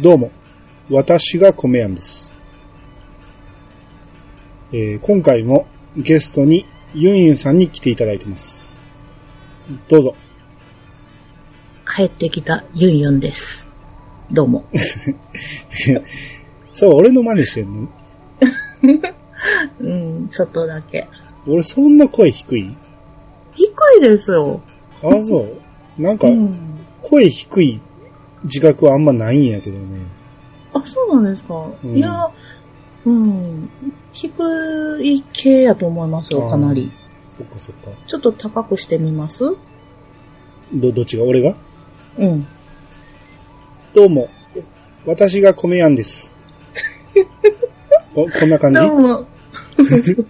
どうも、私が米やんです。えー今回もゲストにユンユンさんに来ていただいてます。どうぞ。帰ってきたユンユンです。どう も。そう、俺の真似してんのうん、ちょっとだけ。俺そんな声低い低いですよ。あ、そう。なんかう、ん。声低い自覚はあんまないんやけどね。あ、そうなんですか。うんいや、うん。低い系やと思いますあよ、ーかなり。そっかそっか。ちょっと高くしてみますど、どっちが俺がうん。どうも、私が米やん です。こ、こんな感じどうも。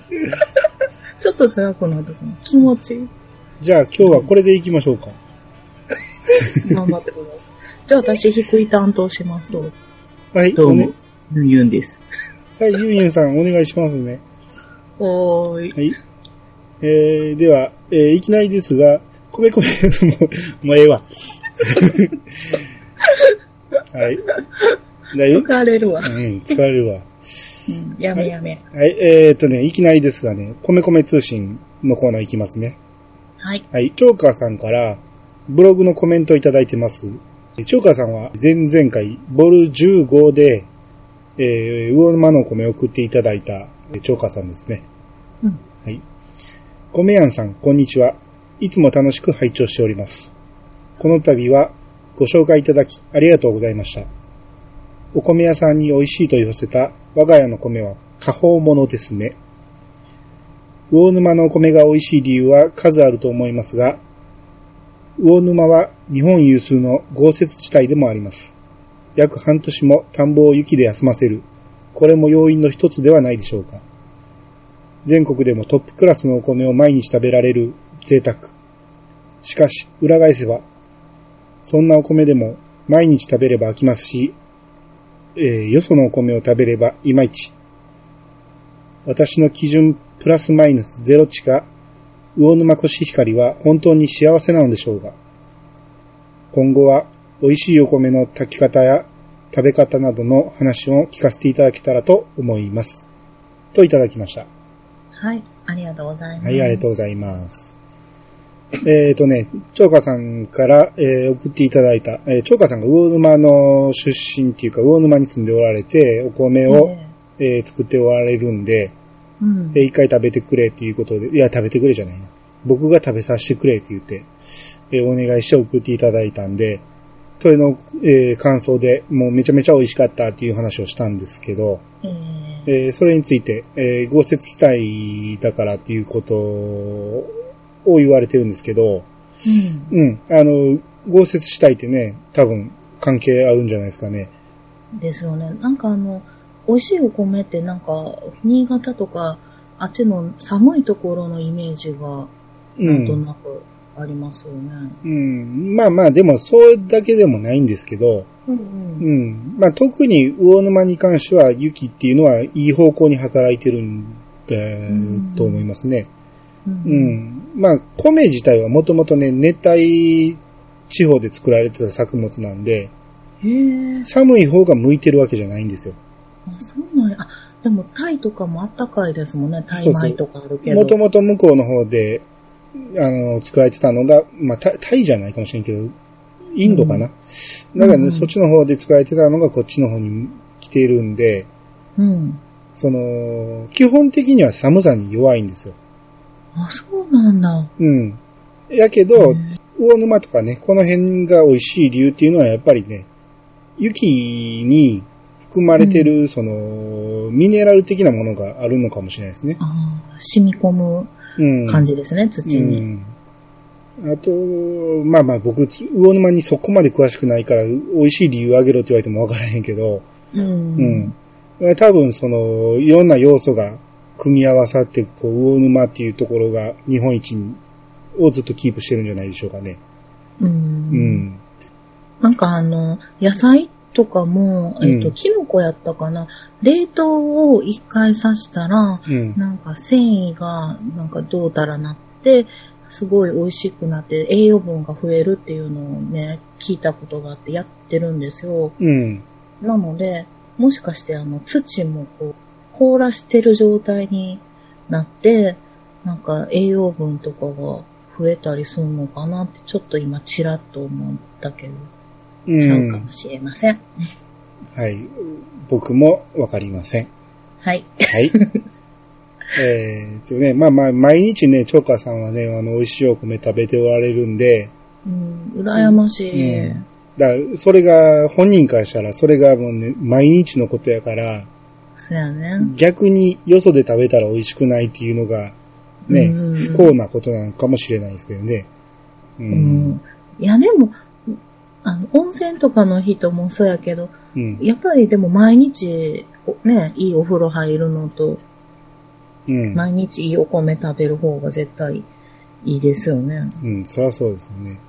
ちょっと高くなったかな。気持ちいい。じゃあ今日はこれで行きましょうか。頑張ってく ださい。じゃあ私低い担当します。はい、どうおもね、。ユンユンです。はい、ゆうゆうさんお願いしますね。おーい。はい。えー、では、えー、いきなりですが、米米、もう、もうええわ。 はい。だよ。疲れるわう。ん、疲れるわ。うん、やめやめ。はい、えーっとね、いきなりですがね、米米通信のコーナーいきますね。はい。はい、チョーカーさんからブログのコメントをいただいてます。チョーカーさんは前々回、ボル15で、えー、魚沼の米を送っていただいたえーチョーカーさんですね。うん。はい。米やんさん、こんにちは。いつも楽しく拝聴しております。この度はご紹介いただきありがとうございました。お米屋さんに美味しいと寄せた我が家の米は加宝物ですね。魚沼のお米が美味しい理由は数あると思いますが、魚沼は日本有数の豪雪地帯でもあります。約半年も田んぼを雪で休ませる。これも要因の一つではないでしょうか。全国でもトップクラスのお米を毎日食べられる贅沢。しかし、裏返せば、そんなお米でも毎日食べれば飽きますし、えーよそのお米を食べればいまいち。私の基準プラスマイナスゼロ値が魚沼コシヒカリは本当に幸せなのでしょうが、今後は美味しいお米の炊き方や食べ方などの話を聞かせていただけたらと思います。といただきました。はい。ありがとうございます。はい、ありがとうございます。えっ、とね、長華さんから、えー送っていただいた、えー、長華さんが魚沼の出身っていうか、魚沼に住んでおられて、お米を、ねえー作っておられるんで、うん。で、一回食べてくれっていうことで、いや、食べてくれじゃないな。僕が食べさせてくれって言って、えーお願いして送っていただいたんで、それの、えー感想でもうめちゃめちゃ美味しかったっていう話をしたんですけど、えーえーそれについて、えー豪雪地帯だからっていうことを言われてるんですけど、うんうん、あの、豪雪地帯ってね、多分関係あるんじゃないですかね。ですよね。なんかあの、美味しいお米ってなんか、新潟とか、あっちの寒いところのイメージうが、なんとん。なくありますよね。うん、まあまあ、でも、そうだけでもないんですけど、うんううん。ん。まあ、特に魚沼に関しては、雪っていうのは、いい方向に働いてるんだ、んと思いますね。う。うんん。まあ、米自体はもともとね、熱帯地方で作られてた作物なんで、へえ。寒い方が向いてるわけじゃないんですよ。あ、そうなんや。あ、でもタイとかもあったかいですもんね。タイそうそう米とかあるけど。もともと向こうの方で、あの、作られてたのが、まあ、タタイじゃないかもしれんけど、インドかな。だからね、うんそっちの方で作られてたのがこっちの方に来ているんで、うん。その、基本的には寒さに弱いんですよ。あ、そうなんだ。うん。やけど、魚沼とかね、この辺が美味しい理由っていうのはやっぱりね、雪に含まれてる、その、ミネラル的なものがあるのかもしれないですね。ああ、染み込むうん。感じですね、土うに。ん。あと、まあまあ僕、魚沼にそこまで詳しくないから、美味しい理由あげろって言われてもわからへんけど、ううん。。多分、その、いろんな要素が組み合わさって、こう、魚沼っていうところが日本一をずっとキープしてるんじゃないでしょうかね。う。うんん。なんかあの、野菜とかも、えっ、と、うんキノコやったかな。冷凍を一回刺したら、うん。なんか繊維が、なんかどうたらなって、すごい美味しくなって、栄養分が増えるっていうのをね、聞いたことがあってやってるんですよ。うん。なので、もしかしてあの土もこう、凍らしてる状態になって、なんか栄養分とかが増えたりするのかなってちょっと今ちらっと思ったけど、うちゃうかんも。しれません。はい。僕もわかりません。はい。はい。 えーっとね、まあまあ、毎日ね、チョーカーさんはね、あの、美味しいお米食べておられるんで、うん、羨ましい。うんだからそれが、本人からしたら、それがもうね、毎日のことやから、そうやね。逆によそで食べたら美味しくないっていうのが、ね、うん不幸なことなのかもしれないですけどね。うう。ん。いや、でも、あの、温泉とかの人もそうやけど、うん。やっぱりでも毎日、おね、いいお風呂入るのと、うん。毎日いいお米食べる方が絶対いいですよね。うん、そりゃそうですよね。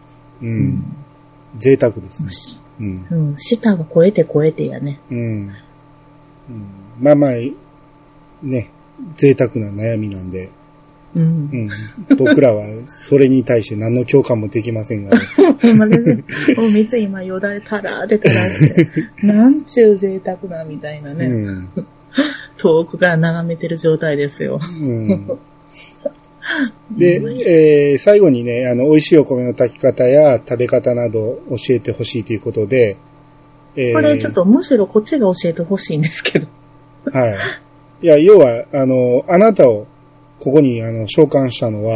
う。。うん贅沢ですね。しうん。うん、舌が超えて超えてやね。うん。うん、まあまあ、ね、贅沢な悩みなんで、うん う。ん、僕らはそれに対して何の共感もできませんが、今全然、もう三つ今よだれたらーでたら ーって、なんちゅう贅沢なみたいなね、うん遠くから眺めてる状態ですよ。 うん。で、えー最後にね、あの、美味しいお米の炊き方や食べ方など教えてほしいということで、えーこれちょっとむしろこっちが教えてほしいんですけど。はい。いや、要は、あの、あなたをここにあの召喚したの は、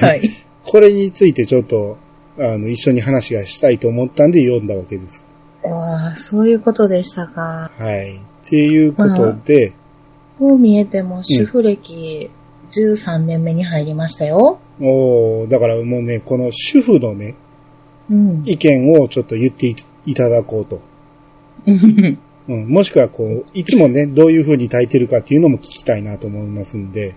はい。これについてちょっと、あの、一緒に話がしたいと思ったんで読んだわけです。ああ、そういうことでしたか。はい。っていうことで、こう見えても主婦歴13年目に入りましたよ。おーだからもうね、この主婦のね、 うん。意見をちょっと言っていいただこうと。うん、もしくはこう、いつもね、どういう風に炊いてるかっていうのも聞きたいなと思いますんで、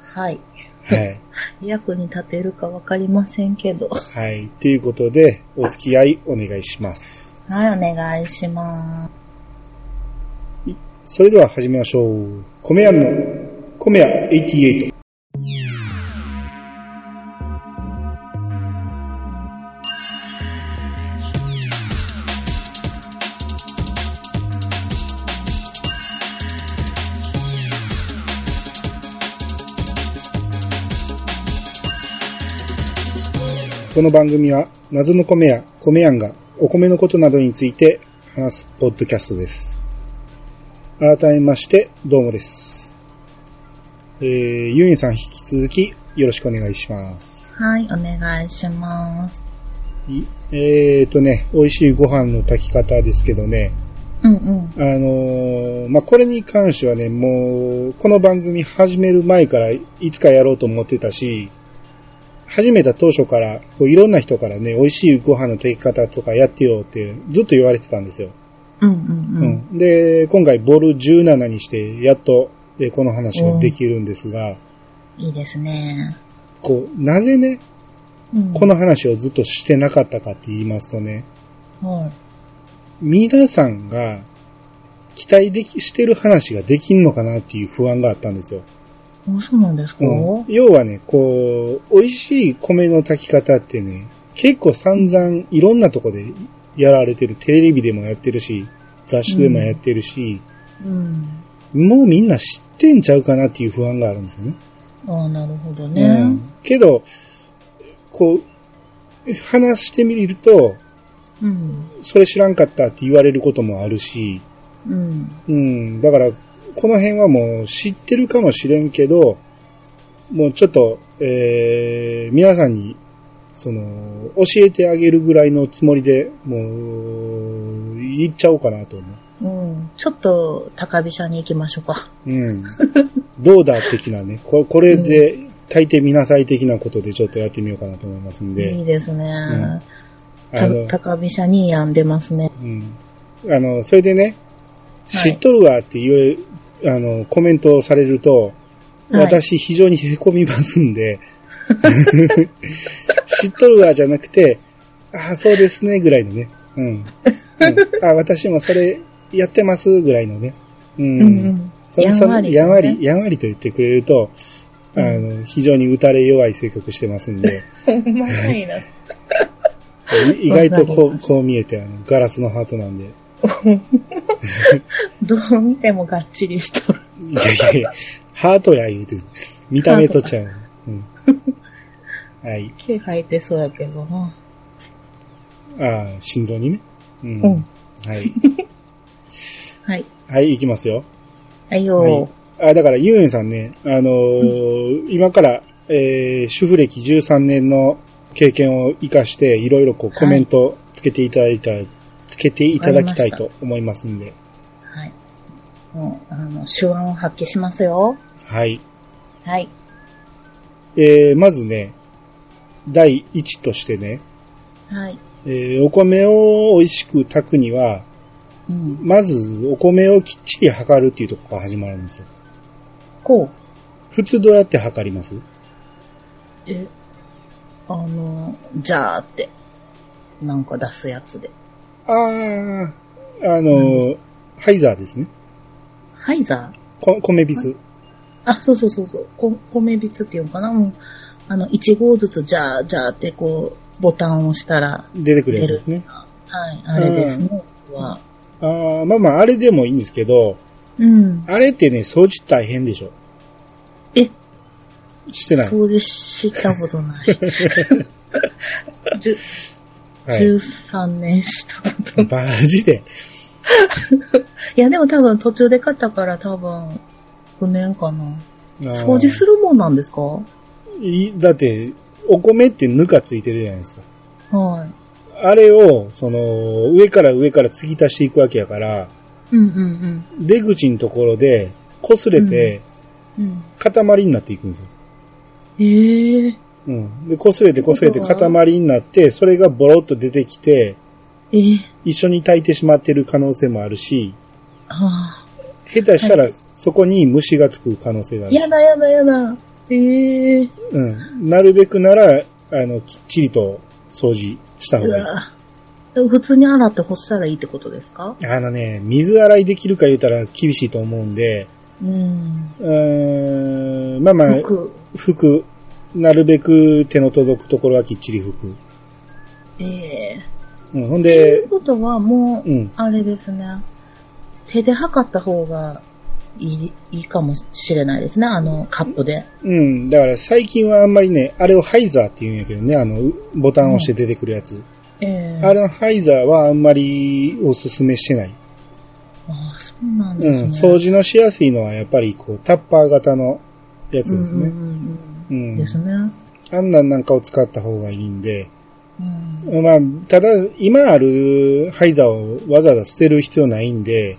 はい。はい。役に立てるかわかりませんけど。はい。っていうことで、お付き合いお願いします。はい、お願いします。それでは始めましょう。米屋の、米屋88。この番組は謎の米屋、米屋がお米のことなどについて話すポッドキャストです。改めまして、どうもです。えー、ユンユンさん引き続きよろしくお願いします。はい、お願いします。いえーとね、美味しいご飯の炊き方ですけどね、うんうん。あのーまあ、これに関してはね、もう、この番組始める前からいつかやろうと思ってたし、始めた当初から、こういろんな人からね、美味しいご飯の炊き方とかやってよってずっと言われてたんですよ。うんうんうん。うんで、今回ボール17にして、やっと、えーこの話ができるんですが、いいですね。こう、なぜね、うん、この話をずっとしてなかったかって言いますとね、はい。皆さんが期待でき、してる話ができんのかなっていう不安があったんですよ。あそうなんですか、うん要はね、こう、美味しい米の炊き方ってね、結構散々いろんなとこでやられてる。テレビでもやってるし、雑誌でもやってるし、うん。もうみんな知ってんちゃうかなっていう不安があるんですよね。ああ、なるほどね。うん、けど、こう、話してみると、うん。それ知らんかったって言われることもあるし、うん。うん、だから、この辺はもう知ってるかもしれんけど、もうちょっと、えー、皆さんに、その、教えてあげるぐらいのつもりで、もう、言っちゃおうかなと思うん。ちょっと、高飛車に行きましょうか。う。 うん。どうだ的なね、ここれで、炊いてみなさい的なことでちょっとやってみようかなと思いますんいで、いですね。あのた、高飛車に病んでますね。うん。あの、それでね、知っとるわっていう、あの、コメントをされると、はい私非常に凹みますんで、 知っとるわじゃなくて、ああ、そうですね、ぐらいのね。うん。うん、ああ、私もそれやってます、ぐらいのね。うん。うんそやんそわりとねやんわり、やんわりと言ってくれると、あうんの、非常に打たれ弱い性格してますん で、うん。ほ んまかいな。い意外とわかこりう、ますこう見えて、あの、ガラスのハートなんで。どう見てもがっちりしとる。いやいやいや、ハートや言うてる。見た目とちゃう。うん。はい。毛生えてそうやけどな。ああ、心臓にね。うん。うんはい。はい。はい、いきます よ。はいよー。はいあ、だから、ゆうえんさんね、あのー今から、えー、主婦歴13年の経験を活かして、いろいろこう、はいコメントつけていただいた、つけていただきたいわかりと思いますんで。はい。もう、あの、手腕を発揮しますよ。はい。はい。えー、まずね、第1としてね、はい。えーお米を美味しく炊くには、うん。まず、お米をきっちり測るっていうところから始まるんですよ。こう。普通どうやって測りますえ、あの、じゃーって、なんか出すやつで。あー、あのー、ハイザーですね。ハイザーこ米びつ。あ、そうそうそうそう。こ米びつっていうのかなうん。あの、1号ずつじゃーじゃーってこう、ボタンを押したら、出てくるやつですね。はい、あれですね。は、あーまあまあ、あれでもいいんですけど、うん。あれってね、掃除大変でしょ。え、してない。掃除したことない。じ ゅはい。 13年したことない。マジで。いや、でも多分途中で買ったから多分5年かな。掃除するるもんなんですかだって、お米ってぬかついてるじゃないですか。はあれを、その、上から上から継ぎ足していくわけやから、い。うんうん出口のところで、擦れて、うん。うん、塊になっていくんですよ。ええうん。で、擦れて擦れてうわ塊になって、それがボロッと出てきて、えー、一緒に炊いてしまってる可能性もあるし、は下手したはらいそこに虫がつく可能性がああ。るしやだやだやだ。ええー。うん。なるべくなら、あの、きっちりと掃除した方うがいいです。わ普通に洗って干したらいいってことですかあのね、水洗いできるか言うたら厳しいと思うんで、うん。うーん、まあまあ、僕、服、なるべく手の届くところはきっちり服。ええうん、ほんといでう、ことはもう、うん。あれですね。手で測った方がいい、いいかもしれないですね。あの、カップで。うん。だから最近はあんまりね、あれをハイザーって言うんやけどね、あの、うボタンを押して出てくるやつ。ええあれのハイザーはあんまりおすすめしてない。ああ、そうなんうですん。ね。掃除のしやすいのはやっぱりこう、タッパー型のやつですうんね。うんううんうんん。ですね。あんなんなんかを使った方がいいんで。うん。まあ、ただ、今あるハイザーをわざわざ捨てる必要ないんで、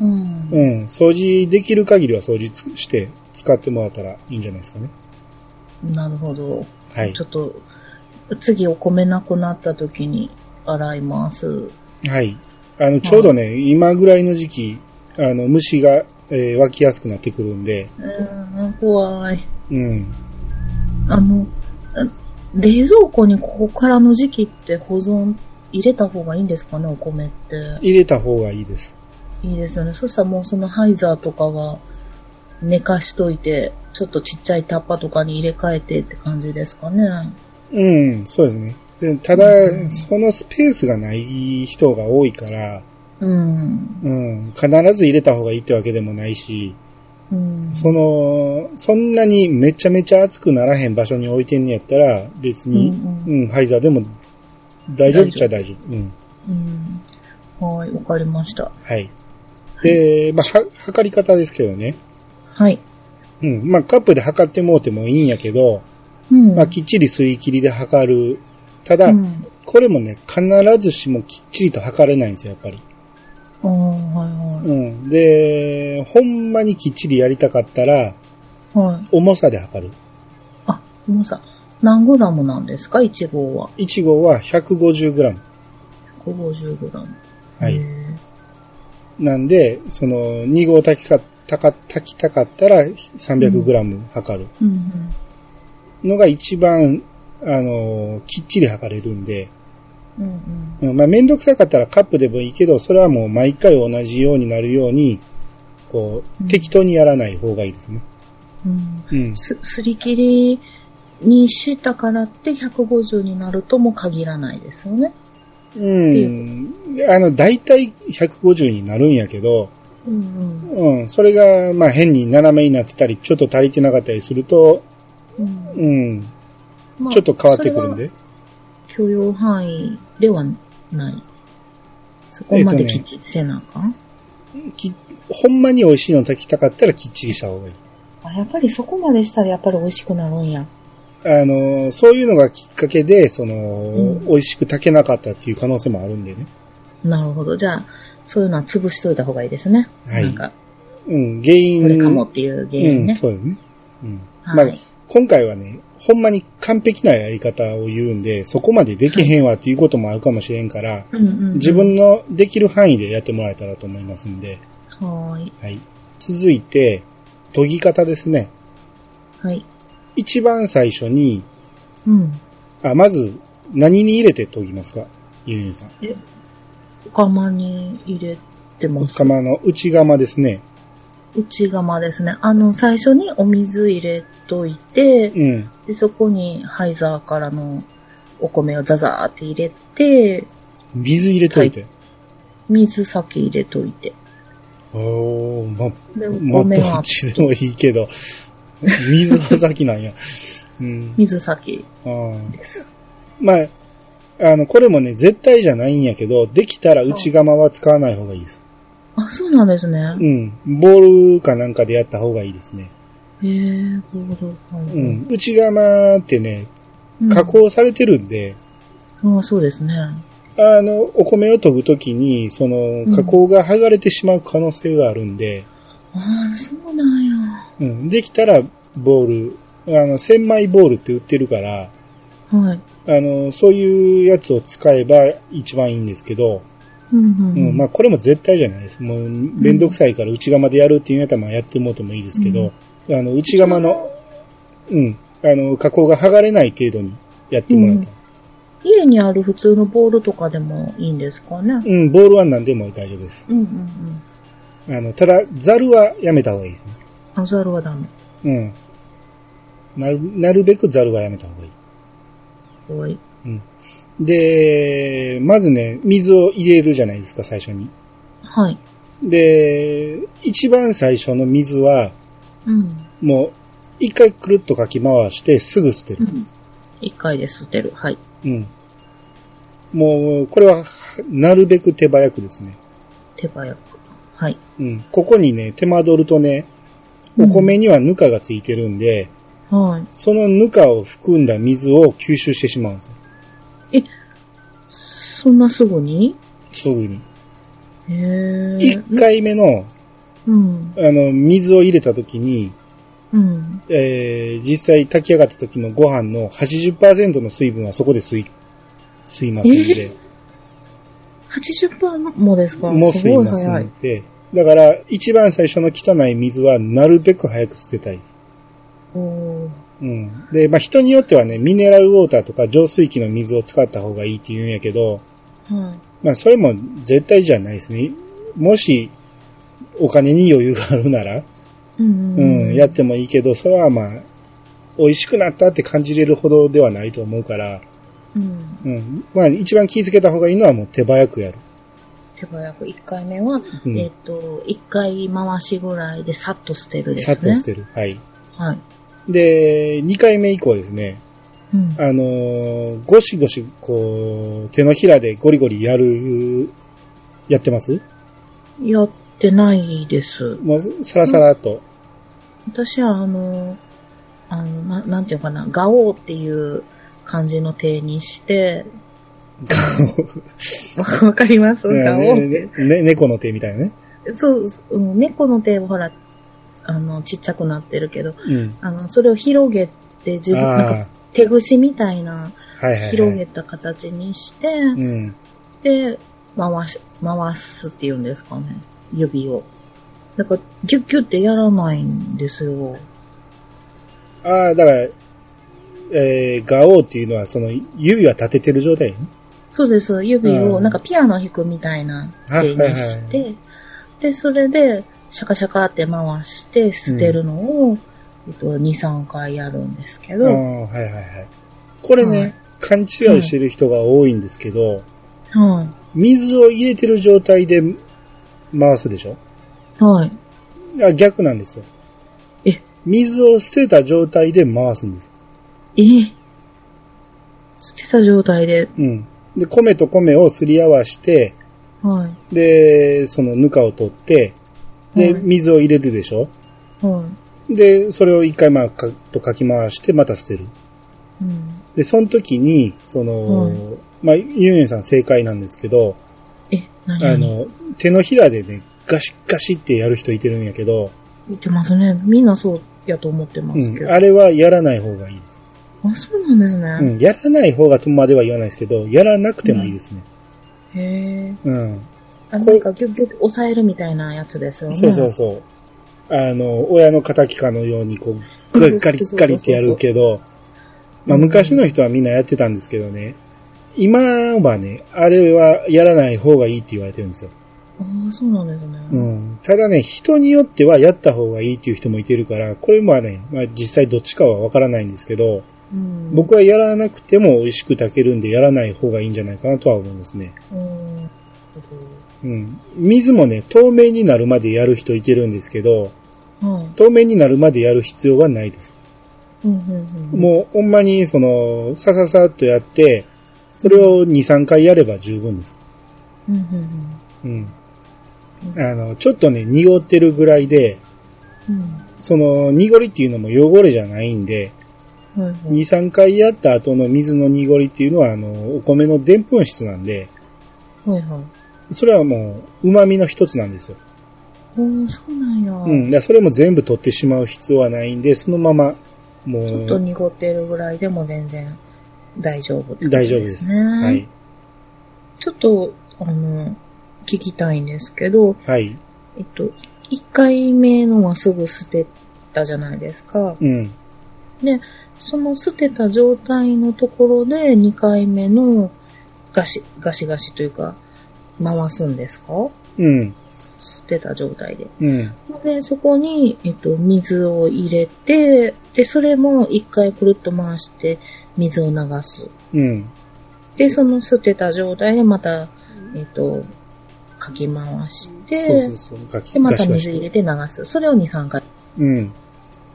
うん。うん。掃除できる限りは掃除つして使ってもらったらいいんじゃないですかね。なるほど。はいち。ょっと、次お米なくなった時に洗います。はい。あの、ちょうどね、今ぐらいの時期、あの、虫が、えー湧きやすくなってくるんで、うん、怖い。うん。あの、冷蔵庫にここからの時期って保存入れた方がいいんですかね、お米って。入れた方がいいです。いいですよね。そしたらもうそのハイザーとかは寝かしといて、ちょっとちっちゃいタッパとかに入れ替えてって感じですかね。うん、そうですね。でただ、うんそのスペースがない人が多いから、うん。うん、必ず入れた方がいいってわけでもないし、うん。その、そんなにめちゃめちゃ暑くならへん場所に置いてんねやったら、別に、うんうん、ハイザーでも大丈夫っちゃ大丈夫。うん、うん。はい、わかりました。はい。で、まあ、は、測り方ですけどね。はい。うん。まあ、カップで測ってもうてもいいんやけど、うん。まあ、きっちりすり切りで測る。ただ、うん。これもね、必ずしもきっちりと測れないんですよ、やっぱり。あーはいはうん。で、ほんまにきっちりやりたかったら、い。はい。重さで測る。あ、もうさ、何グラムなんですか ?1 号は。 1号は 150g。 150グラム。はいへーなんで、その、2号炊きか、炊か、炊きたかったら 300g 測るうんうん。のが一番、あの、きっちり測れるんで、うんうん。うんまあ、めんどくさかったらカップでもいいけど、それはもう毎回同じようになるように、こうう、ん適当にやらない方がいいですね。うん、うん。す、すり切りにしたからって150になるとも限らないですよね。うん。あの、だいたい150になるんやけど、うんうん。それが、まあ変に斜めになってたり、ちょっと足りてなかったりすると、うんうんうん。まあちょっと変わってくるんそれはで。許容範囲ではない。そこまできっちりせなあかん、きほんまに美味しいの炊きたかったらきっちりした方がいい。あやっぱりそこまでしたらやっぱり美味しくなるんや。あの、そういうのがきっかけで、その、ん美味しく炊けなかったっていう可能性もあるんでね。なるほど。じゃあ、そういうのは潰しといた方がいいですね。はいなんか、うん、原因。これかもっていう原因うん、ね。そうだね。うん。はいまあ、今回はね、ほんまに完璧なやり方を言うんで、そこまでできへんわっていうこともあるかもしれんから、うんうんうん自分のできる範囲でやってもらえたらと思いますんで、はーい。はい。続いて、研ぎ方ですね。はい。一番最初に、うん。あ、まず、何に入れて研ぎますかゆうゆうさん。お釜に入れてます。釜の内釜ですね。内釜ですね。あの、最初にお水入れといて、うん。でそこにハイザーからのお米をザザーって入れて、水入れといて。水先入れといて。おー、ま、で、おまあ、米どはっちでもいいけど、水は先なんや。うん。水先あーです。まあ、あの、これもね、絶対じゃないんやけど、できたら内釜は使わない方がいいです。あ、そうなんですね。うん。ボールかなんかでやった方がいいですね。へえ、なるほど。はういん。内釜ってね、うん加工されてるんで、うん、そうですね。あの、お米を研ぐときに、そのん、加工が剥がれてしまう可能性があるんで、ああ、そうなんや。うん。できたら、ボール、あの、千枚ボールって売ってるから、はい。あの、そういうやつを使えば一番いいんですけど、うんうんうん、まあこれも絶対じゃないです。もう、めんどくさいから内釜でやるっていうんやったらまあやってもうてもいいですけど、あの、内釜の、うん、あの、加工が剥がれない程度にやってもらうと。家にある普通のボールとかでもいいんですかね。うん、ボールは何でも大丈夫です。うんうんうん。あの、ただ、ザルはやめた方がいいですね。あ、ザルはダメ。うん。なる、なるべくザルはやめた方がいい。はい。で、まずね、水を入れるじゃないですか、最初に。はい。で、一番最初の水は、うん。もう、一回くるっとかき回して、すぐ捨てうる。ん。一回で捨てる。はい。うん。もう、これは、なるべく手早くですね。手早く。はい。うん。ここにね、手間取るとね、お米にはぬかがついてるんで、はそのぬかを含んだ水を吸収してしまうんですよ。い。そんなすぐにすぐに。へえ。一回目の、うん。あの、水を入れた時に、うん。えー、実際炊き上がった時のご飯の80%の水分はそこで吸い、吸いますんで。 80%もですかもうす吸いごいます早いの。で、だから一番最初の汚い水はなるべく早く捨てたいです。おおー。うん。で、まあ人によってはね、ミネラルウォーターとか浄水器の水を使った方がいいって言うんやけど、はい。まあそれも絶対じゃないですね。もし、お金に余裕があるなら、うう、んうんん。やってもいいけど、それはまあ、美味しくなったって感じれるほどではないと思うから、うん。うん。まあ一番気づけた方がいいのはもう手早くやる。手早く1回目は、うんえっ、と、1回回しぐらいでさっと捨てるですさね。っと捨てる。はい。はい。で、2回目以降ですね、うん。あのーゴシゴシ、こう、手のひらでゴリゴリやる、やってますやってないです。もう、サラサラっと。私は、あの、あの、ななんていうかな、ガオーっていう漢字の手にして、わかりますねガオーねね猫の手みたいなね。そう、うん、猫の手はほら、あの、ちっちゃくなってるけど、うん。あの、それを広げて、自分、なんかあ手串みたいな、あ、はいはい、はい。広げた形にして、うん。で、回し、回すっていうんですかね。指を。だから、ギュッギュッてやらないんですよ。ああ、だから、えー、ガオーっていうのは、その、指は立ててる状態ね。そうです。指うを、んなんかピアノ弾くみたいな手にして、はで、それで、シャカシャカって回して捨てるのを、えっと、2、3回やるんですけああ、ど、はいはいはい。これね、はい勘違いしてる人が多いんですけど、は水を入れてる状態で回すでしょい。はい。あ逆なんですよ。え水を捨てた状態で回すんです。え捨てた状態で。うん。で、米と米をすり合わして、はで、そのぬかを取って、で、はい水を入れるでしょい。はで、それを一回まあ、かとかき回して、また捨てる。い。うん。で、その時に、その、はいまあ、ユンユンさん正解なんですけど、え、何あの、手のひらでね、ガシッガシってやる人いてるんやけど、言ってますね。みんなそうやと思ってまうすけん、ど。あれはやらない方がいいです。あ、そうなんですね。うん、やらない方がとまでは言わないですけど、やらなくてもいいですね。へえ。うん。あ、こうなんかギュッギュッて押さえるみたいなやつですよね。そうそうそう。あの、親の仇かのように、こう、ガリガリガリってやるけど、まあうん昔の人はみんなやってたんですけどね、今はね、あれはやらない方がいいって言われてるんですよ。ああ、そうなんですね。うん。ただね、人によってはやった方がいいっていう人もいてるから、これもね、まあ実際どっちかはわからないんですけど、うん。僕はやらなくても美味しく炊けるんで、やらない方がいいんじゃないかなとは思いますね。うん。なるうん。水もね、透明になるまでやる人いてるんですけど、ほどはい。透明になるまでやる必要はないです。うん、うん、うん。もう、ほんまに、その、さささっとやって、それを2、3回やれば十分です。うん、うん、うん。あの、ちょっとね、濁ってるぐらいで、うん。その、濁りっていうのも汚れじゃないんで、うん。はい、 2、はい。 3回やった後の水の濁りっていうのは、あの、お米のでんぷん質なんで、はい、はい。それはもう、旨味の一つなんですよ。おー、そうなんや。うん。だからそれも全部取ってしまう必要はないんで、そのまま、もちょっとう、濁ってるぐらいでも全然大丈夫ってこと大丈夫です。ね。はい。ちょっと、あの、聞きたいんですけど、はい。えっと、1回目のはすぐ捨てたじゃないですか。うん。その捨てた状態のところで2回目のガシ、ガシガシというか、回すんですかうん。捨てた状態で。うん。で、そこに、えっと、水を入れて、で、それも1回くるっと回して、水を流す。うん。で、その捨てた状態でまた、えっと、かき回して、そうそうそう。ガキで、まガたシガ水シ入れと。て流す。それを2、3回。うん。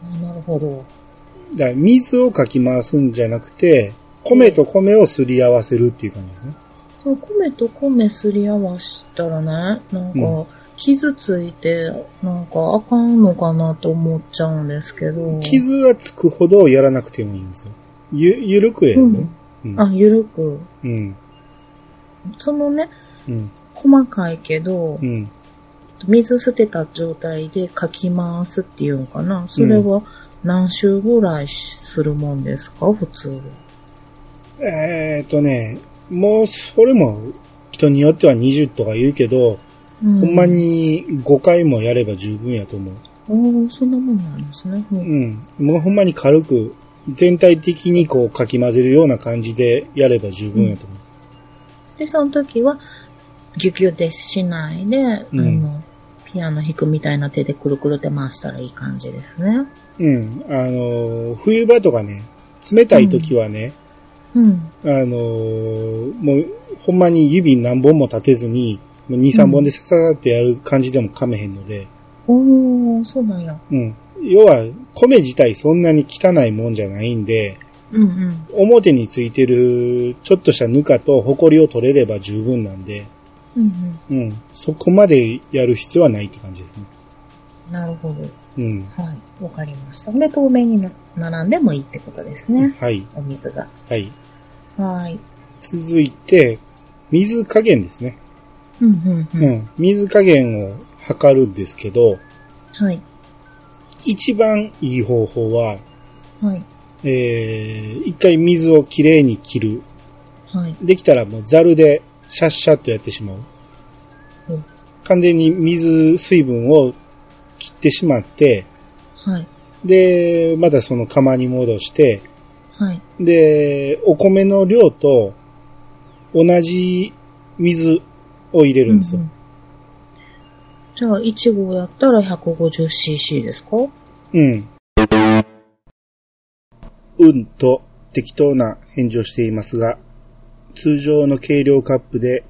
あなるほど。だから水をかき回すんじゃなくて、米と米をすり合わせるっていう感じですね。その米と米すり合わしたらね、なんうか、傷ついて、なんかあかんのかなと思っちゃうんですけど。傷がつくほどやらなくてもいいんですよ。ゆ、ゆるくやるうのん。うんあ、ゆるく。うん。そのね、うん。細かいけど、うん。水捨てた状態でかき回すっていうのかな。それは何周ぐらいするもんですか普通は。えーっとね、もうそれも人によっては20とか言うけど、ほほんま。に5回もやれば十分やと思う。おおそんなもんなんですね。ううんん。もうほんまに軽く、全体的にこうかき混ぜるような感じでやれば十分やと思う。で、その時は、ギュギュでしないで、うんあの、ピアノ弾くみたいな手でくるくるって回したらいい感じですね。うん。あのー、冬場とかね、冷たい時はね、うん。あのー、もう、ほんまに指何本も立てずに、もう2、3本でサササってやる感じでも噛めへんので、おー、そうなんや。うん。要は、米自体そんなに汚いもんじゃないんで、うんうん。表についてるちょっとしたぬかとホコリを取れれば十分なんで、うんうん。そこまでやる必要はないって感じですね。うん。なるほど。うん。はい。わかりました。で、透明にな並んでもいいってことですね。はい。お水が。はい。はい。続いて、水加減ですね。うんうんうん。うん。水加減を測るんですけど、はい。一番いい方法は、はい。えー、一回水をきれいに切る。はい。できたらもうザルでシャッシャッとやってしまううん。完全に水、水分を切ってしまって、はい。で、またその釜に戻して、はい。で、お米の量と同じ水を入れるんですよ。ううじゃあ、いちごやったら 150cc ですかうん。うんと適当な返事をしていますが、通常の軽量カップで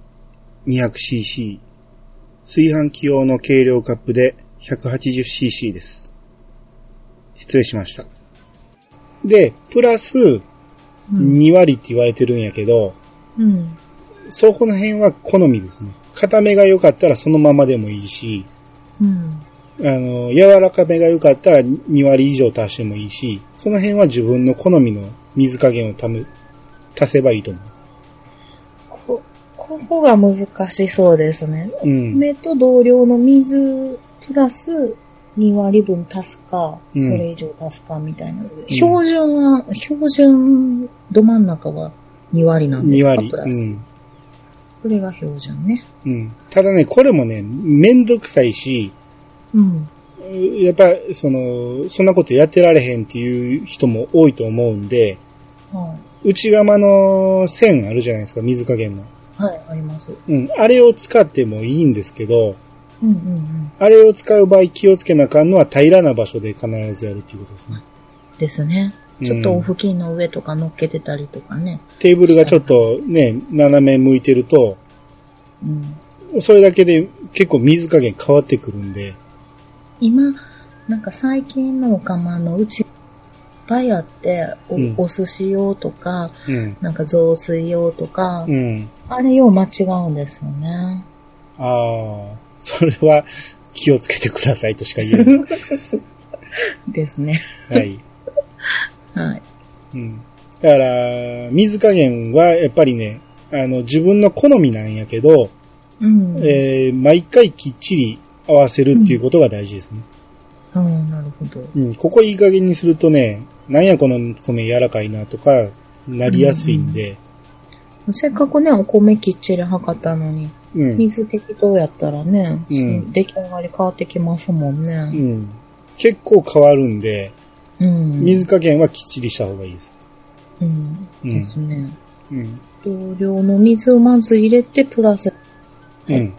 200cc、炊飯器用の軽量カップで 180cc です。失礼しました。で、プラスうん。 2割って言われてるんやけど、うん。そこの辺は好みですね。固めが良かったらそのままでもいいし、うん。あの、柔らかめが良かったら2割以上足してもいいし、その辺は自分の好みの水加減をため、足せばいいと思こ、ここが難しそうですね。う。うん。米と同量の水プラス2割分足すか、うんそれ以上足すかみたいな。標準は、標準、ど真ん中は2割なん2ですか割。プラス、うん。これが標準ね。うん。ただね、これもね、めんどくさいし、うん。やっぱ、その、そんなことやってられへんっていう人も多いと思うんで、は内釜の線あるじゃないですか、水加減の。い。はい、あります。うん。あれを使ってもいいんですけど、うんうんうん。あれを使う場合気をつけなあかんのは平らな場所で必ずやるっていうことですね。ですね。ちょっとうんお布巾の上とか乗っけてたりとかね。テーブルがちょっとね、斜め向いてると、うん。それだけで結構水加減変わってくるんで、今、なんか最近のお釜のうち、いっぱいあって、お,、うんお寿司用とか、うん。なんか雑炊用とか、うん。あれよう間違うんですよね。ああ、それは気をつけてくださいとしか言えない。ですね。 はい。はい。うん。だから、水加減はやっぱりね、あの、自分の好みなんやけど、うん。えー毎回きっちり合わせるっていうことが大事ですね。うん、なるほど。うん、ここいい加減にするとね、なんやこの米柔らかいなとか、なりやすいんで、せっかくね、お米きっちり測ったのに、うん。水適当やったらね、うん出来上がり変わってきますもんうね。ん。結構変わるんで、うん。水加減はきっちりした方がいいです。うん。うでん。すね。うん。同量の水をまず入れて、プラス、うはいん。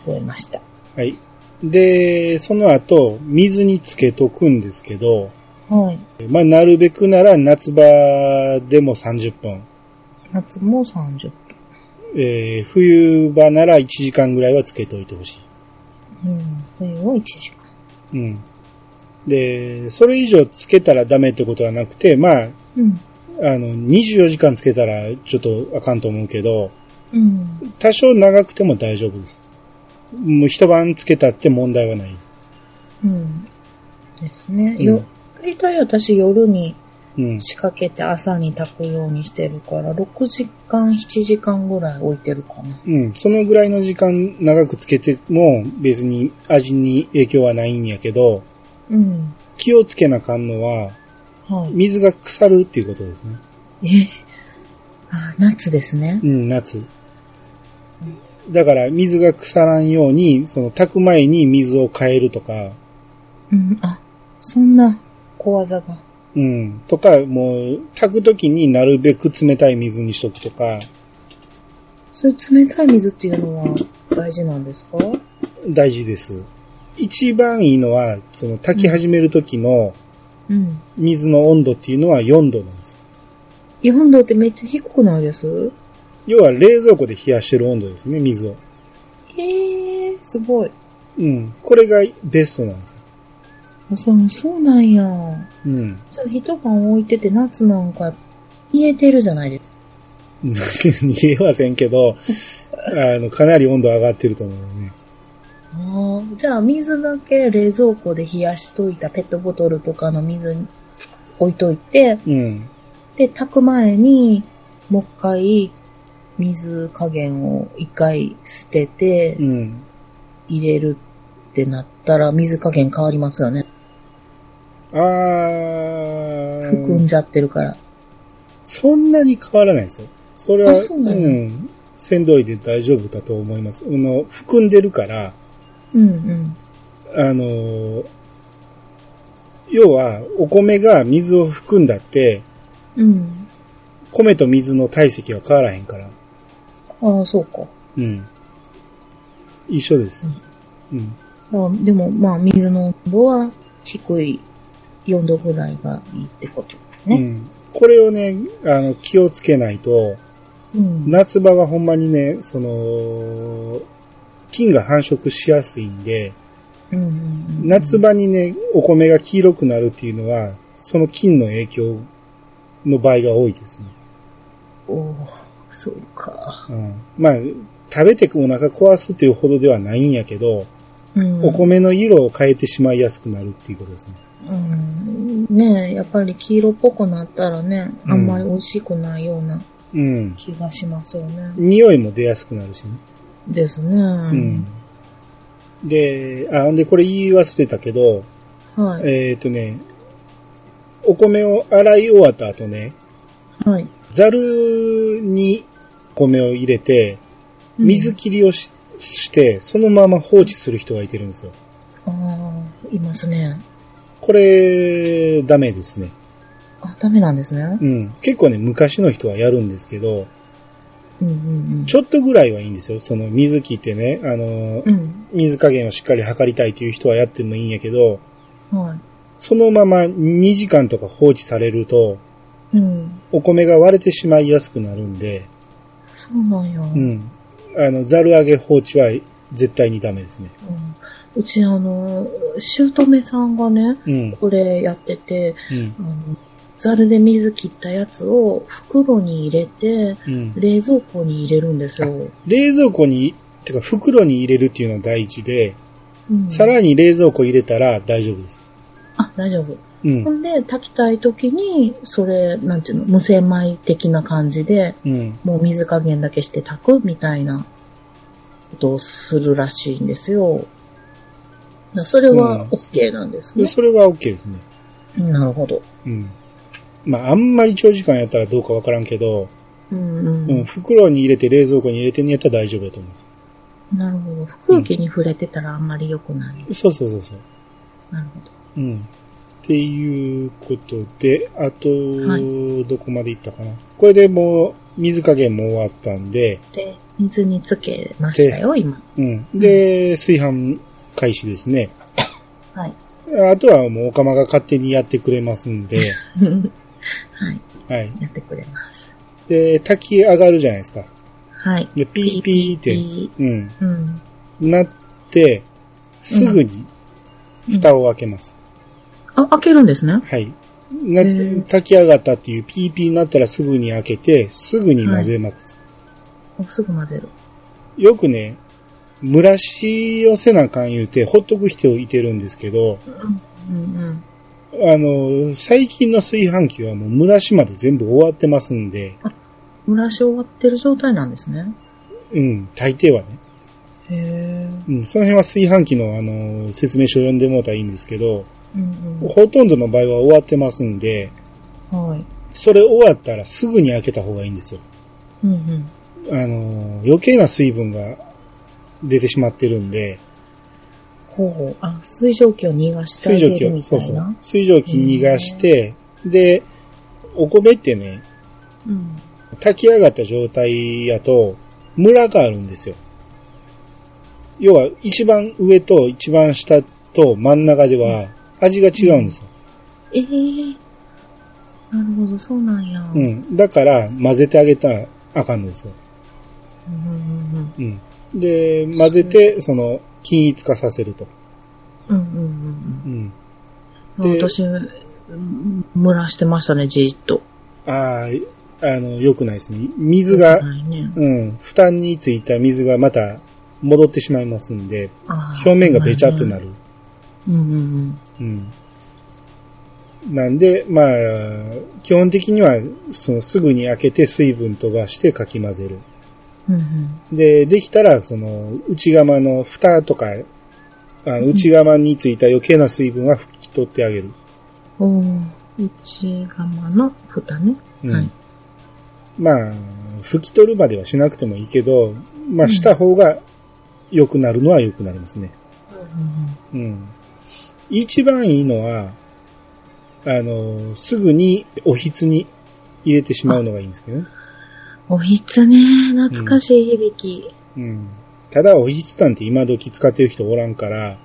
覚えました。はい。で、その後、水につけとくんですけど、はい。まあ、なるべくなら夏場でも30分、夏も30えー冬場なら1時間ぐらいはつけておいてほしい。分。うん。冬は1時間。うん。で、それ以上つけたらダメってことはなくて、まあ、うん。あの、24時間つけたらちょっとあかんと思うけど、うん。多少長くても大丈夫です。もう一晩つけたって問題はない。うん。ですね。よ、大体私夜にうん。仕掛けて朝に炊くようにしてるから、6時間、7時間ぐらい置いてるかな。うん。そのぐらいの時間長くつけても別に味に影響はないんやけど、うん。気をつけなあかんのは、はい。水が腐るっていうことですね。えあ、夏ですね。うん、夏。だから水が腐らんように、その炊く前に水を変えるとか、うん。あ、そんな小技が。うん。とか、もう、炊くときになるべく冷たい水にしとくとか、そういう冷たい水っていうのは大事なんですか大事です。一番いいのは、その炊き始めるときのうん。水の温度っていうのは4度なんです。日本道ってめっちゃ低くないです要は冷蔵庫で冷やしてる温度ですね、水を。ええー、すごい。うん。これがベストなんですよ。あそう、そうなんや。うん。 そう、一晩置いてて夏なんか、冷えてるじゃないですか。逃げはせんけ ど、あの、かなり温度上がってると思うね。ああ、じゃあ水だけ冷蔵庫で冷やしといたペットボトルとかの水に置いといて、うん。で、炊く前に、もう一回、水加減を一回捨ててう、ん。入れるってなったら、水加減変わりますよね。あー。含んじゃってるから。そんなに変わらないですよ。それは、あそうなんだん。鮮度りで大丈夫だと思います。あの、含んでるから、うんうん。あのー、要は、お米が水を含んだって、うん。米と水の体積は変わらへんから。ああ、そうか。うん。一緒です。うん。あでも、まあ、水の温度は低い4度ぐらいがいいってことうね。ん。これをね、あの、気をつけないと、うん。夏場はほんまにね、その、菌が繁殖しやすいんで、うんうんうん夏場にね、お米が黄色くなるっていうのは、その菌の影響の場合が多いですね。おーそうか。うん、まあ、食べてお腹壊すっていうほどではないんやけど、うんお米の色を変えてしまいやすくなるっていうことですね。うん。ねえ、やっぱり黄色っぽくなったらね、うんあんまり美味しくないようなうん。気がしますよね。匂いも出やすくなるしね。ですね。うん。で、あ、ほんでこれ言い忘れたけど、はい。えっ、とね、お米を洗い終わった後ね、はい。ザルに米を入れて、水うん切りをし,、して、そのまま放置する人がいてるんですよ。ああ、いますね。これ、ダメですね。あ、ダメなんですね。うん。結構ね、昔の人はやるんですけど、うんうんうん。ちょっとぐらいはいいんですよ。その水切ってね、あの、うん。水加減をしっかり測りたいという人はやってもいいんやけど、はそのまま2時間とか放置されると、い。うん。お米が割れてしまいやすくなるんで、そうなんや。うん。あの、ざる上げ放置は絶対にダメですね。うんうち、あの、姑さんがね、うん。これやってて、うん。あの、ザルで水切ったやつを袋に入れて、うん。冷蔵庫に入れるんですよ。冷蔵庫に、てか袋に入れるっていうのは大事で、うん、さらに冷蔵庫入れたら大丈夫です。あ、大丈夫。うほん。んで、炊きたい時に、それ、なんていうの、無洗米的な感じで、うん。もう水加減だけして炊くみたいなことをするらしいんですよ。だからそれうはん OK なんですで、ね。それは OK ですね。なるほど。うん。まあ、あんまり長時間やったらどうかわからんけど、うんううん、ん。袋に入れて冷蔵庫に入れてんやったら大丈夫だと思いまなるほど。空気に触れてたらあんまり良くない。す。そうそうそうそう。なるほど。うん。っていうことで、あと、はどこまでいったかな。これでもう、水加減も終わったんで、で、水につけましたよ、今。うん。で、炊飯開始ですね。はい。 あとはもう、お釜が勝手にやってくれますん で、はい。はい。やってくれます。で、炊き上がるじゃないですか。はい。で、ピーピーって、ピうん。ーうん。なって、すぐに蓋を開けます。あ、開けるんですね。はい。な、へー炊き上がったっていうピーピーになったらすぐに開けて、すぐに混ぜます。おすぐ混ぜる。よくね、蒸らしをせなあかん言うて、ほっとく人いてるんですけど、うんうん。あの、最近の炊飯器はもう蒸らしまで全部終わってますんで、蒸らし終わってる状態なんですね。うん、大抵はね。へえ。うん、その辺は炊飯器のあの、説明書読んでもうたらいいんですけど、うんほとんどの場合は終わってますんで、うん。はい。それ終わったらすぐに開けた方がいいんですよ。うんうん。あの、余計な水分が出てしまってるんで、ほうほう。あ、水蒸気を逃がしてあ水蒸げ気るを、みたそういそなう。。水蒸気逃がして、で、お米ってね、うん。炊き上がった状態やと、ムラがあるんですよ。要は、一番上と一番下と真ん中では、味が違うんですよ。ええなるほど、そうなんや。うう。んん。だから、混ぜてあげたらあかんのですよ。うんうんうん。で、混ぜて、その、均一化させると。うん。うんうんうん。うんうん。で私、うん蒸らしてましたね、じーっと。ああ、あの、良くないですね。水が、はいね。うん、負担についた水がまた戻ってしまいますんで、あー表面がべちゃってな。る。うんうんうん。なんで、まあ、基本的には、そのすぐに開けて水分飛ばしてかき混ぜる。うん。うんうん。で、できたら、その、内釜の蓋とか、あの内釜についた余計な水分は拭き取ってあげる。おー内釜の蓋ね。うん。はいまあ、拭き取るまではしなくてもいいけど、まあ、した方が良くなるのは良くなりますね。うんうん。一番いいのは、あの、すぐにおひつに入れてしまうのがいいんですけどね。おひつね、懐かしい響き。うん。ただ、おひつなんて今時使ってる人おらんから、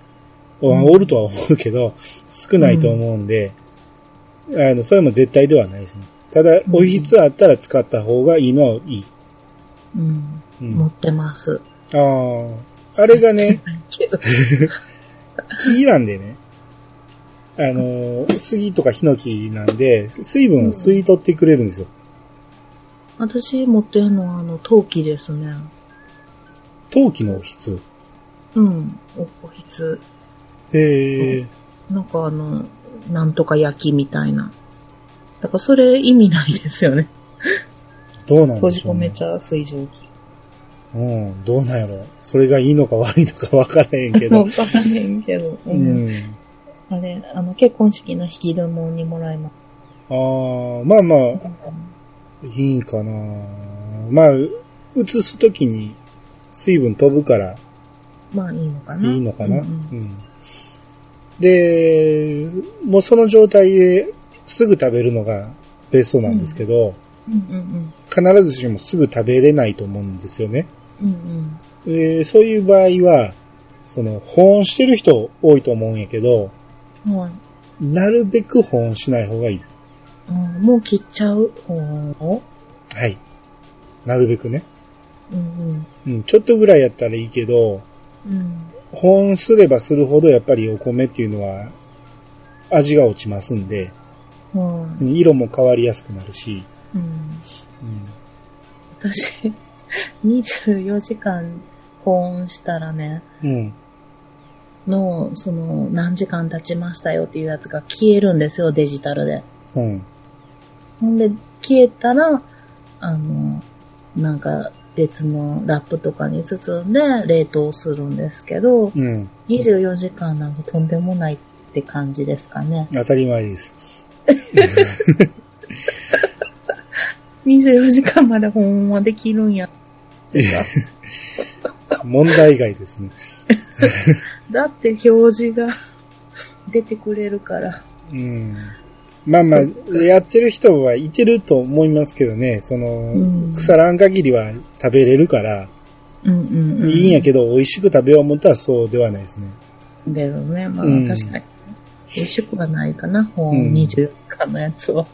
おうんおるとは思うけど、少ないと思うんで、あの、それも絶対ではないですね。ただ、おひつあったら使った方がいいのはいいうん、うん持ってます。あーあれがね、けど木なんでね、あのー、杉とかヒノキなんで、水分を吸い取ってくれるんですよ。 私持ってるのは、あの、陶器ですね。陶器の質。うん、おこひつ。へえ。なんかあの、なんとか焼きみたいな。だからそれ意味ないですよね。どうなん閉でじしょ込うめね。ちゃう水蒸気。うん、どうなんやろう。それがいいのか悪いのか分からへんけどもう。わからへんけど。 ううんん。あれ、あの、結婚式の引き出物にもらいまああ、まあまあ、いす。いんかな。まあ、移すときに水分飛ぶからまあいいのかな。いいのかな。ううんんうんで、もうその状態ですぐ食べるのがベストなんですけど、うんうん必ずしもすぐ食べれないと思うんですよね。うんうんえーそういう場合は、その、保温してる人多いと思うんやけど、うん。はい。なるべく保温しない方がいいです。うんもう切っちゃう方を。はい。なるべくね。うんうん、ちょっとぐらいやったらいいけど、うん。うん。保温すればするほどやっぱりお米っていうのは味が落ちますんで、はうん色も変わりやすくなるし、い。うん。うん、私、24時間保温したらね、うん。の、その、何時間経ちましたよっていうやつが消えるんですよ、デジタルで。うん。ほんで、消えたら、あの、なんか別のラップとかに包んで冷凍するんですけど、うん。 24時間なんかとんでもないって感じですかね。当たり前です。 24時間まで保温はできるんや。 問題外ですね。だって表示が 出てくれるから。うん。まあまそっあ、やってる人はいてると思いますけどね、その、うん腐らん限りは食べれるから、うんうん、うん。いいんやけど、美味しく食べよう思ったらそうではないですね。だよね。まあ、うん確かに。美味しくはないかな、保温うん24時間のやつは。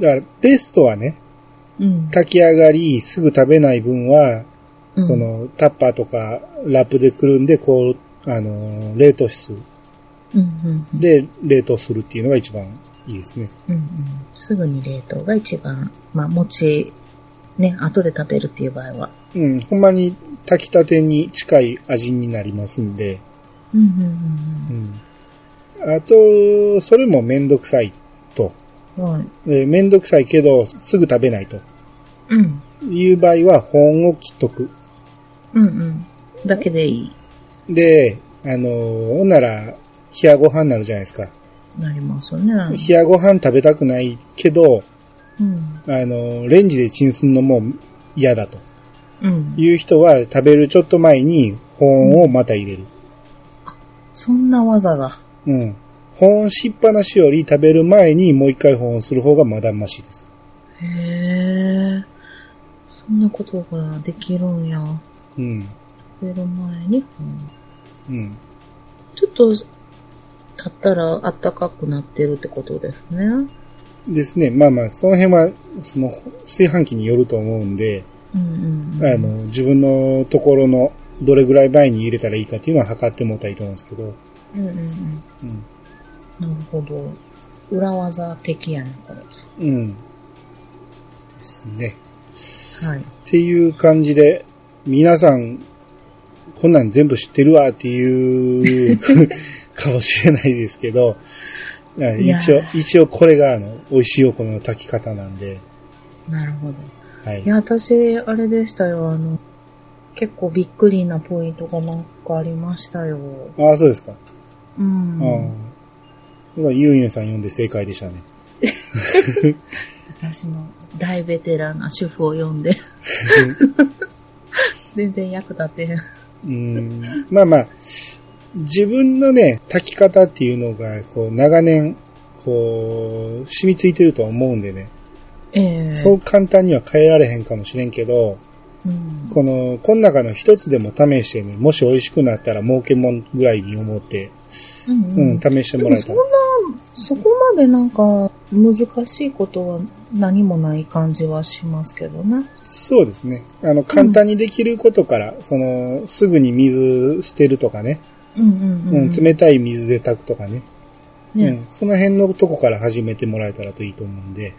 だから、ベストはね、うん。炊き上がり、すぐ食べない分は、うんそ、の、タッパーとか、ラップでくるんで、こう、あのー、冷凍室うんうんうん、で冷凍するっていうのが一番いいですね。うんうん。すぐに冷凍が一番、まあ、餅、ね、後で食べるっていう場合は。うん、ほんまに炊きたてに近い味になりますんで、うんうんうん。あと、それもめんどくさいと。うんうん。はい。えーめんどくさいけど、すぐ食べないとうん。いう場合は、保温を切っとく。うんうん。だけでいい。で、あのーほんなら、冷やご飯になるじゃないですか。なりますね。冷やご飯食べたくないけど、うん。あの、レンジでチンすんのも嫌だとうん。いう人は食べるちょっと前に保温をまた入れる。そんな技が。うん。保温しっぱなしより食べる前にもう一回保温する方がまだましです。へえ。そんなことができるんや。うん。食べる前に保温うん。ちょっと、経ったら暖かくなってるってことですね。うんですね。まあまあ、その辺は、その、炊飯器によると思うんで、うんうん。あの、自分のところのどれぐらい前に入れたらいいかっていうのは測ってもらったらいいと思うんですけど、うんうんうん。うん。なるほど。裏技的やね、これ。うん。ですね。はい。っていう感じで、皆さん、こんなん全部知ってるわって いうかもしれないですけど、いや一応、一応これがあの、美味しいお米の炊き方なんで、なるほど。はいい。や、私、あれでしたよ。あの、結構びっくりなポイントがなんかありましたよ。ああ、そうですか。うああん。。僕はユンユンさん読んで正解でしたね。私の大ベテランな主婦を読んで。全然役立ってへん。うん。まあまあ、自分のね、炊き方っていうのが、こう、長年、こう、染みついてると思うんでね、ええそう簡単には変えられへんかもしれんけど、うん。この、この中の一つでも試してね、もし美味しくなったら儲けもんぐらいに思って、うんうん、試してでもらもえたそら。んな、そこまでなんか難しいことは何もない感じはしますけどね。そうですね。あの、簡単にできることから、その、すぐに水捨てるとかね。うんうんう、うんん。冷たい水で炊くとかね。うねん、その辺のとこから始めてもらえたらといいと思うんで。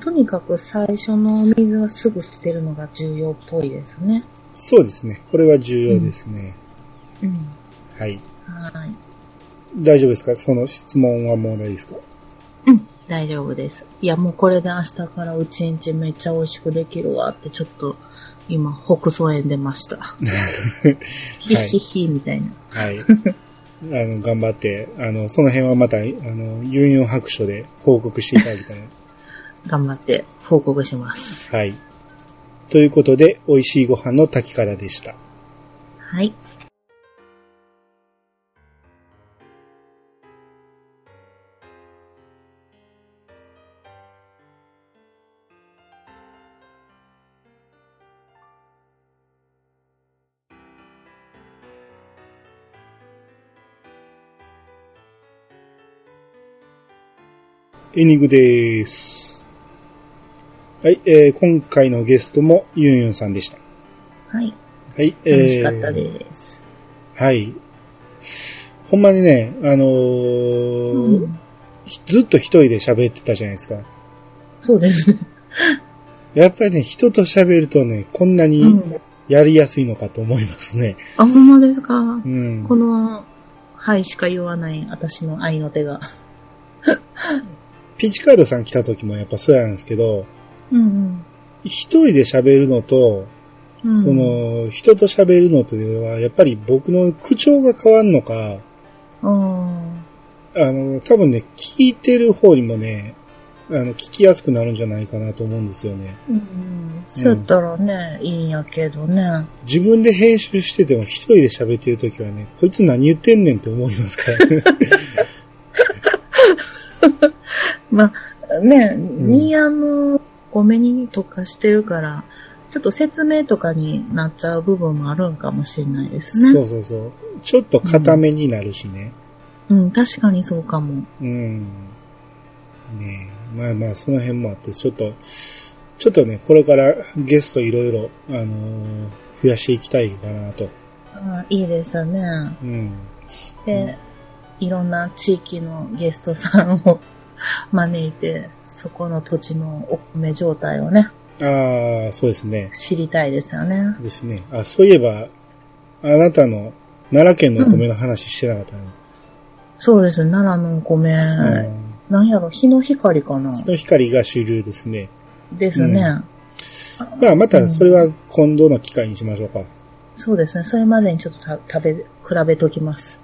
とにかく最初の水はすぐ捨てるのが重要っぽいですね。そうですね。これは重要ですね。うん。はい。はい。大丈夫ですかその質問はもうないですか うん。大丈夫です。いや、もうこれで明日からうちんちめっちゃ美味しくできるわって、ちょっと、今、北総園出ました。 ひひひ、みたいな。はい。あの、頑張って、あの、その辺はまた、あの、ユンユン白書で報告していただきたい。 頑張って報告します。はい。ということで、美味しいご飯の炊き方でした。はい。エンディングです。はい、えー、今回のゲストもユンユンさんでした。はい。はい、えー楽しかったです。はい。ほんまにね、あのーうん、ずっと一人で喋ってたじゃないですか。そうですね。やっぱりね、人と喋るとね、こんなうにん。やりやすいのかと思いますね。あ、ほんまですかう。ん。この、はいしか言わない私の愛の手が。ピッチカードさん来た時もやっぱそうなんですけど、うん一人で喋るのと、うん。うんそ、の、人と喋るのとでは、やっぱり僕の口調が変わんのか、うん。あの、多分ね、聞いてる方にもね、あの、聞きやすくなるんじゃないかなと思うんですよね。うん。そうやったらね、いいんやけどね。自分で編集してても一人で喋ってる時はね、こいつ何言ってんねんって思いますから ね。まあ、ね、ニーヤも多めに溶かしてるから、ちょっと説明とかになっちゃう部分もあるんかもしれないですそね。うそうそう。ちょっと固めになるしね。うん、確かにそうかも。うん。ねえ。まあまあ、その辺もあって、ちょっと、ちょっとね、これからゲストいろいろ、あのー増やしていきたいかなと。あいいですね。うん。で、いろんな地域のゲストさんを招いて、そこの土地のお米状態をね、ああ、そうですね。知りたいですよね。ですね。あ、そういえば、あなたの奈良県のお米の話してなかったね。そうですね、奈良のお米。うんなんやろ、日の光かな日の光が主流ですね。ですね。うまあ、またそれは今度の機会にしましょうか。そうですね。それまでにちょっとた食べ、比べときます。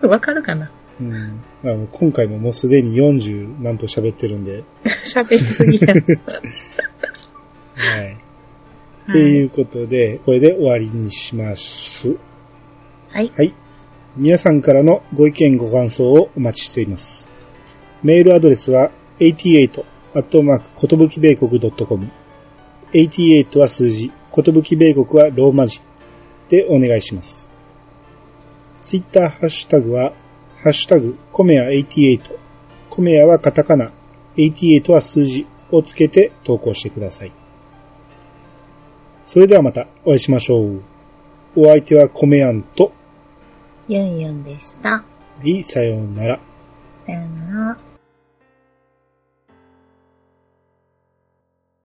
わかるかなうん。まあ、もう今回ももうすでに40何分喋ってるんで。喋りすぎや。はい。っていうことで、これで終わりにします。はい。皆さんからのご意見ご感想をお待ちしています。メールアドレスは 88-kotobukibeikok.com 88は数字、寿米国はローマ字でお願いします。ツイッターハッシュタグは、ハッシュタグ、コメア88、コメアはカタカナ、88は数字をつけて投稿してください。それではまたお会いしましょう。お相手はコメアンと、ゆんゆんでした。いいさようなら。さよなら。